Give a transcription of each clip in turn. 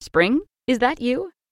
Spring? Is that you?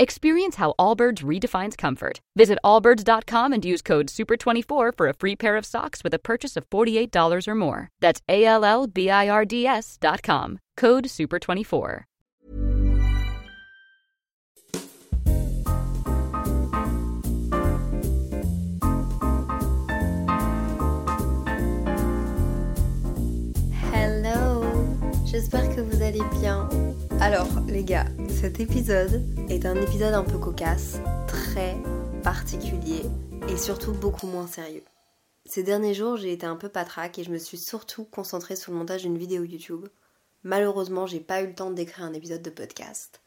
Experience how Allbirds redefines comfort. Visit allbirds.com and use code SUPER24 for a free pair of socks with a purchase of $48 or more. That's A L L B I R D S dot com. Code SUPER24. Hello J'espère que vous allez bien. Alors les gars, cet épisode est un épisode un peu cocasse, très particulier et surtout beaucoup moins sérieux. Ces derniers jours, j'ai été un peu patraque et je me suis surtout concentrée sur le montage d'une vidéo YouTube. Malheureusement, j'ai pas eu le temps d'écrire un épisode de podcast.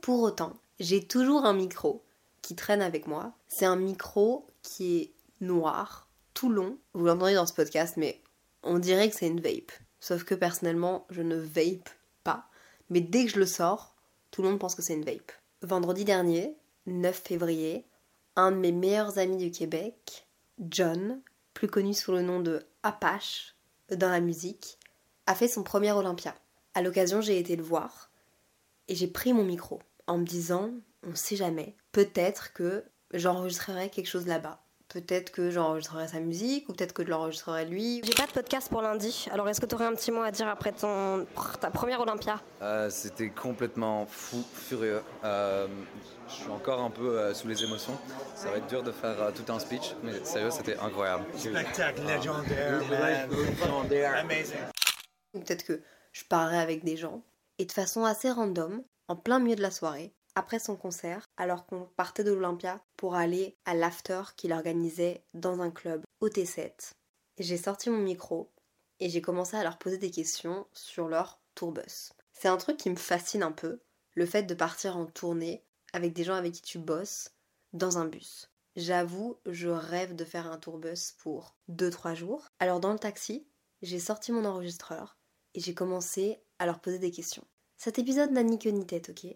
Pour autant, j'ai toujours un micro qui traîne avec moi. C'est un micro qui est noir, tout long. Vous l'entendez dans ce podcast, mais on dirait que c'est une vape. Sauf que personnellement, je ne vape pas. Mais dès que je le sors, tout le monde pense que c'est une vape. Vendredi dernier, 9 février, un de mes meilleurs amis du Québec, John, plus connu sous le nom de Apache dans la musique, a fait son premier Olympia. À l'occasion, j'ai été le voir et j'ai pris mon micro en me disant on sait jamais, peut-être que j'enregistrerai quelque chose là-bas. Peut-être que j'enregistrerai sa musique ou peut-être que je l'enregistrerai lui. J'ai pas de podcast pour lundi, alors est-ce que t'aurais un petit mot à dire après ton, ta première Olympia Euh, C'était complètement fou, furieux. Euh, je suis encore un peu euh, sous les émotions. Ça va être dur de faire euh, tout un speech, mais sérieux, c'était incroyable. Spectacle légendaire, man. Amazing. Ou peut-être que je parlerai avec des gens. Et de façon assez random, en plein milieu de la soirée, après son concert, alors qu'on partait de l'Olympia pour aller à l'after qu'il organisait dans un club au T7, j'ai sorti mon micro et j'ai commencé à leur poser des questions sur leur tourbus. C'est un truc qui me fascine un peu, le fait de partir en tournée avec des gens avec qui tu bosses dans un bus. J'avoue, je rêve de faire un tourbus pour 2-3 jours. Alors dans le taxi, j'ai sorti mon enregistreur et j'ai commencé à leur poser des questions. Cet épisode n'a ni queue ni tête, ok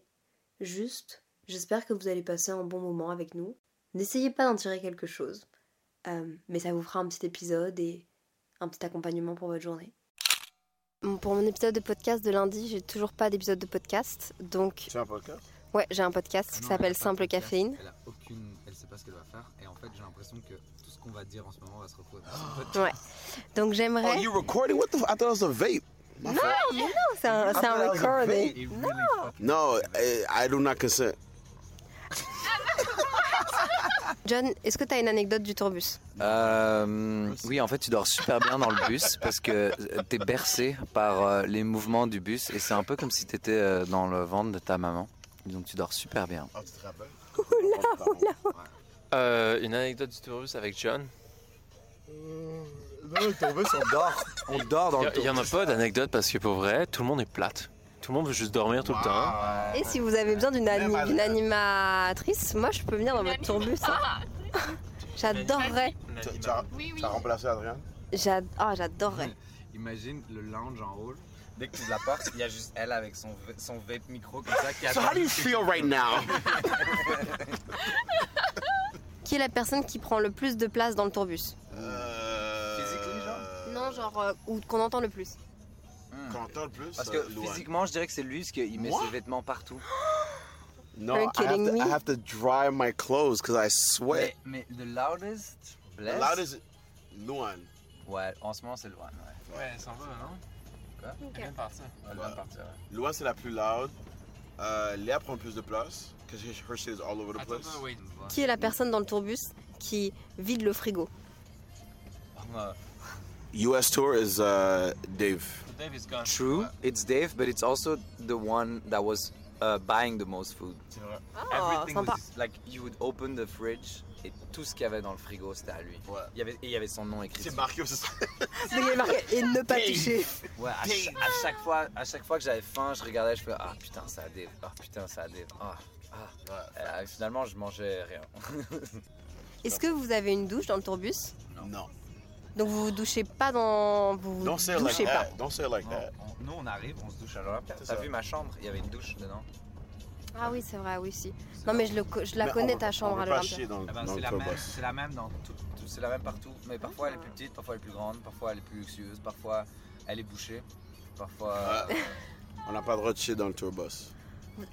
Juste, j'espère que vous allez passer un bon moment avec nous. N'essayez pas d'en tirer quelque chose, euh, mais ça vous fera un petit épisode et un petit accompagnement pour votre journée. Bon, Pour mon épisode de podcast de lundi, j'ai toujours pas d'épisode de podcast, donc C'est un podcast ouais, Ah j'ai un podcast qui s'appelle Simple Caféine. Elle a aucune. Elle sait pas ce qu'elle va faire, et en fait, j'ai l'impression que tout ce qu'on va dire en ce moment va se retrouver. Ouais. Donc Oh, j'aimerais. you recording? What the? F- I thought it was a vape. My Non, fault. mais non, c'est un, Ah, c'est un thought I was a recording. vape. Non No, I, I do not consent. John, est-ce que t'as une anecdote du tourbus Euh, oui, en fait, tu dors super bien dans le bus parce que euh, t'es bercé par euh, les mouvements du bus et c'est un peu comme si t'étais euh, dans le ventre de ta maman. Donc tu dors super bien. Euh, une anecdote du tourbus avec John. Non, le tourbus, on dort. On dort dans Il le y, tourbus. y en a pas d'anecdote parce que pour vrai, tout le monde est plate. Tout le monde veut juste dormir tout le temps. Oh, Et si vous avez besoin d'une ani- d'une animatrice, moi je peux venir dans votre tourbus. hein. J'adorerais. Oui, oui. remplacé Adrien J'ad- oh, j'adorerais. Imagine le lounge en haut. Dès que tu la portes, il y a juste elle avec son, v- son vape micro comme ça qui So how do you feel right now? Qui est la personne qui prend le plus de place dans le tourbus Physiquement, genre Non, genre, euh, ou qu'on entend le plus. Content le plus. Hum. uh, Parce que physiquement, je dirais que c'est lui parce qu'il met Moi ses vêtements partout. No, Are you I have, kidding to, I me? have to dry my clothes because I sweat. Mais, mais the loudest, bless. The loudest Luan. Ouais, en ce moment c'est loin. Ouais. Ouais, elle s'en va, non Quoi Elle vient de partir. Elle doit partir. ouais. Luan, c'est la plus loud. Euh, Léa prend le plus de place. Because her shit is all over the place. wait. Qui est la personne dans le tourbus qui vide le frigo US tour is euh, uh, Dave. Dave is gone. True, it's Dave, but it's also the one that was uh, buying the most food. C'est vrai. Ah, Everything sympa. was his- like you would open the fridge et tout ce qu'il y avait dans le frigo c'était à lui. Ouais. Il y avait, et il y avait son nom écrit. C'est dessus. Mario, c'est ça. Mais il est marqué et ne pas toucher. Ouais, à, cha- à chaque fois, à chaque fois que j'avais faim, je regardais, je fais ah putain ça a des, ah putain ça a des, ah ah. Ouais. Euh, finalement, je mangeais rien. Est-ce que vous avez une douche dans le tourbus Non. Donc vous vous douchez pas dans. Vous vous Don't say it like douchez pas. that. Eh, Don't say it Oh. like that. On- on- nous, on arrive, on se douche à l'Olympia. C'est T'as ça. vu ma chambre Il y avait une douche dedans. Ah oui, c'est vrai, oui, si. Non, mais je, le co- je la Mais on connais veut- ta chambre on à veut pas l'Olympia. Eh chier dans le Ah ben, dans c'est le la, même- tourbus. c'est la même dans tout, tout- c'est la même partout. Mais parfois elle est plus petite, parfois elle est plus grande, parfois elle est plus luxueuse, parfois elle est bouchée, parfois. Ouais. On n'a pas le droit de chier dans le tourbus.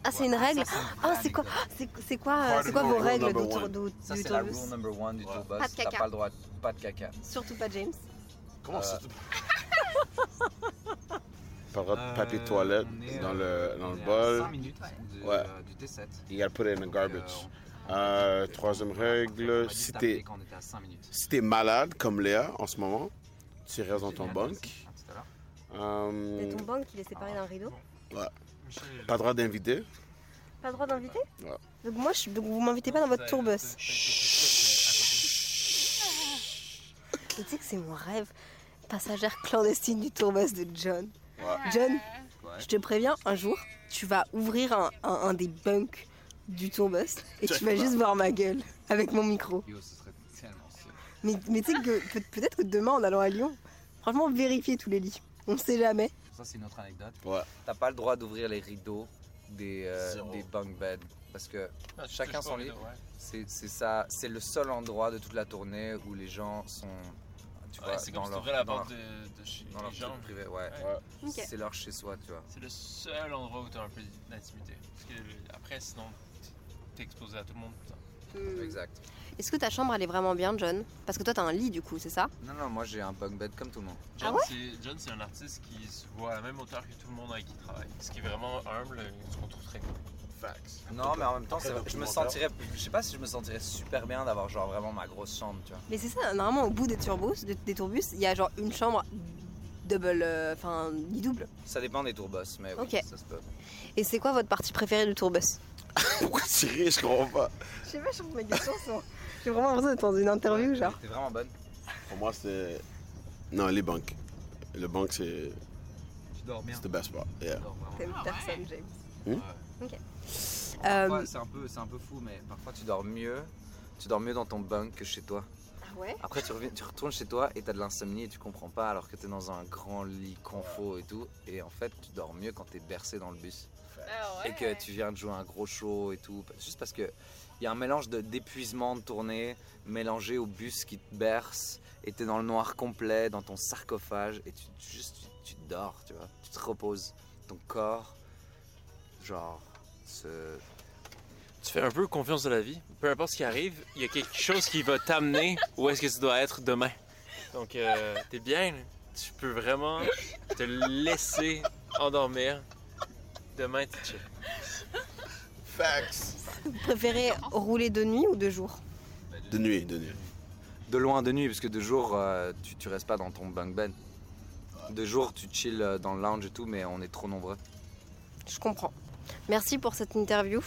Ah, c'est une Ouais, règle ça, une Ah, vraie c'est quoi, anecdote. c'est, c'est quoi, euh, Cardinal c'est quoi vos rule règles number du, tour, one. du, Ça du c'est la tourbus rule number one du Ouais. tourbus. Pas de T'as caca. pas le droit, de- pas de caca. Surtout pas James. Comment ça Euh, Pas le droit de papier de toilette dans euh, le, dans le bol. minutes euh, du, Ouais. T7. You gotta put it in the garbage. Euh, troisième règle, si t'es on était à 5 minutes. si t'es malade comme Léa en ce moment, tu restes dans ton bunk. C'est Euh, ton banque qui est séparé d'un rideau. pas le droit d'inviter. Pas le droit d'inviter Ouais. Donc, moi, je, donc vous m'invitez pas dans votre tourbus. Tu sais que c'est mon rêve, passagère clandestine du tourbus de John. John, je te préviens, un jour, tu vas ouvrir un, un- un des bunks du tourbus et tu vas juste voir ma gueule avec mon micro. Yo, ce serait tellement sûr. Mais, mais tu sais que peut- peut-être que demain, en allant à Lyon, franchement, vérifier tous les lits. On sait jamais. Ça, c'est une autre anecdote. Ouais. T'as pas le droit d'ouvrir les rideaux des, euh, Zéro. des bunk beds parce que Ah, chacun son lit. C'est c'est ça, c'est le seul endroit de toute la tournée où les gens sont, tu vois, c'est dans comme si leur, t'ouvrais la dans porte leur- de, de chez dans leur les gens. truc privé, ouais. Ok. C'est leur chez soi, tu vois. C'est le seul endroit où t'as un peu d'intimité. Parce que euh, après, sinon, t'es exposé à tout le monde. tout le temps. Exact. Est-ce que ta chambre, elle est vraiment bien, John Parce que toi, t'as un lit, du coup, c'est ça Non, non, moi j'ai un bunk bed comme tout le monde. John, c'est, John, c'est un artiste qui se voit à la même hauteur que tout le monde avec qui il travaille. Ce qui est vraiment humble, ce qu'on trouve très cool. Facts. Non, mais en même temps, c'est- je me documentaire. sentirais, je sais pas si je me sentirais super bien d'avoir genre vraiment ma grosse chambre, tu vois. Mais c'est ça, normalement, au bout des tourbus, des, des tourbus, il y a genre une chambre double, euh, enfin, lit double. Ça dépend des tourbus, mais oui, Ok. ça se peut. Et c'est quoi votre partie préférée du tourbus Pourquoi tu ris, je comprends pas. Je sais pas, je trouve que mes questions sont... J'ai vraiment l'impression d'être dans une interview, genre. T'es vraiment bonne. Pour moi, c'est. Non, les banques. Le banque, c'est Tu dors bien. c'est the best spot. Yeah. Tu dors vraiment T'aimes personne, James. Hmm Ok. Parfois, Euh, c'est un peu, c'est un peu fou, mais parfois tu dors mieux, tu dors mieux dans ton bunk que chez toi. ah ouais Après, tu, reviens, tu retournes chez toi et t'as de l'insomnie et tu comprends pas, alors que t'es dans un grand lit confo et tout. Et en fait, tu dors mieux quand t'es bercé dans le bus et que tu viens de jouer un gros show et tout, juste parce que il y a un mélange de d'épuisement de tournée mélangé au bus qui te berce et t'es dans le noir complet, dans ton sarcophage et tu tu- juste tu, tu dors, tu vois, tu te reposes, ton corps, genre se Tu fais un peu confiance de la vie. Peu importe ce qui arrive, il y a quelque chose qui va t'amener où est-ce que tu dois être demain. Donc, euh, t'es bien. là. Tu peux vraiment te laisser endormir. Demain, t'es chill. Facts. Vous préférez rouler de nuit ou de jour De nuit, de nuit. De loin de nuit, parce que de jour, euh, tu, tu restes pas dans ton bunk bed. De jour, tu chill euh, dans le lounge et tout, mais on est trop nombreux. Je comprends. Merci pour cette interview.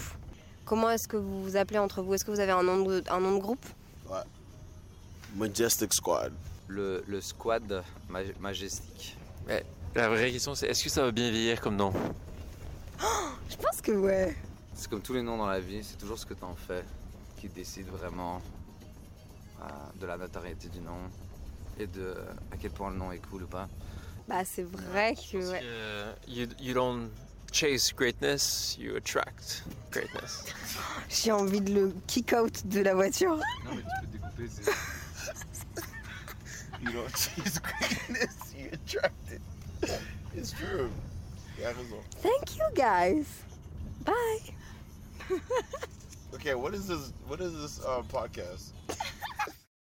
Comment est-ce que vous vous appelez entre vous Est-ce que vous avez un nom de, un nom de groupe Majestic Squad. Le, le squad maj- majestique. La vraie question, c'est est-ce que ça va bien vieillir comme nom? Je pense que ouais. C'est comme tous les noms dans la vie, c'est toujours ce que t'en fais qui décide vraiment euh, de la notoriété du nom et de euh, à quel point le nom est cool ou pas. Bah c'est vrai que Parce ouais. que euh, you, you don't chase greatness, you attract greatness. J'ai envie de le kick out de la voiture. Non, mais tu peux découper, c'est. You don't chase greatness, you attract it. It's true. Il a raison. Thank you guys. Bye. Okay, what is this? What is this uh, podcast?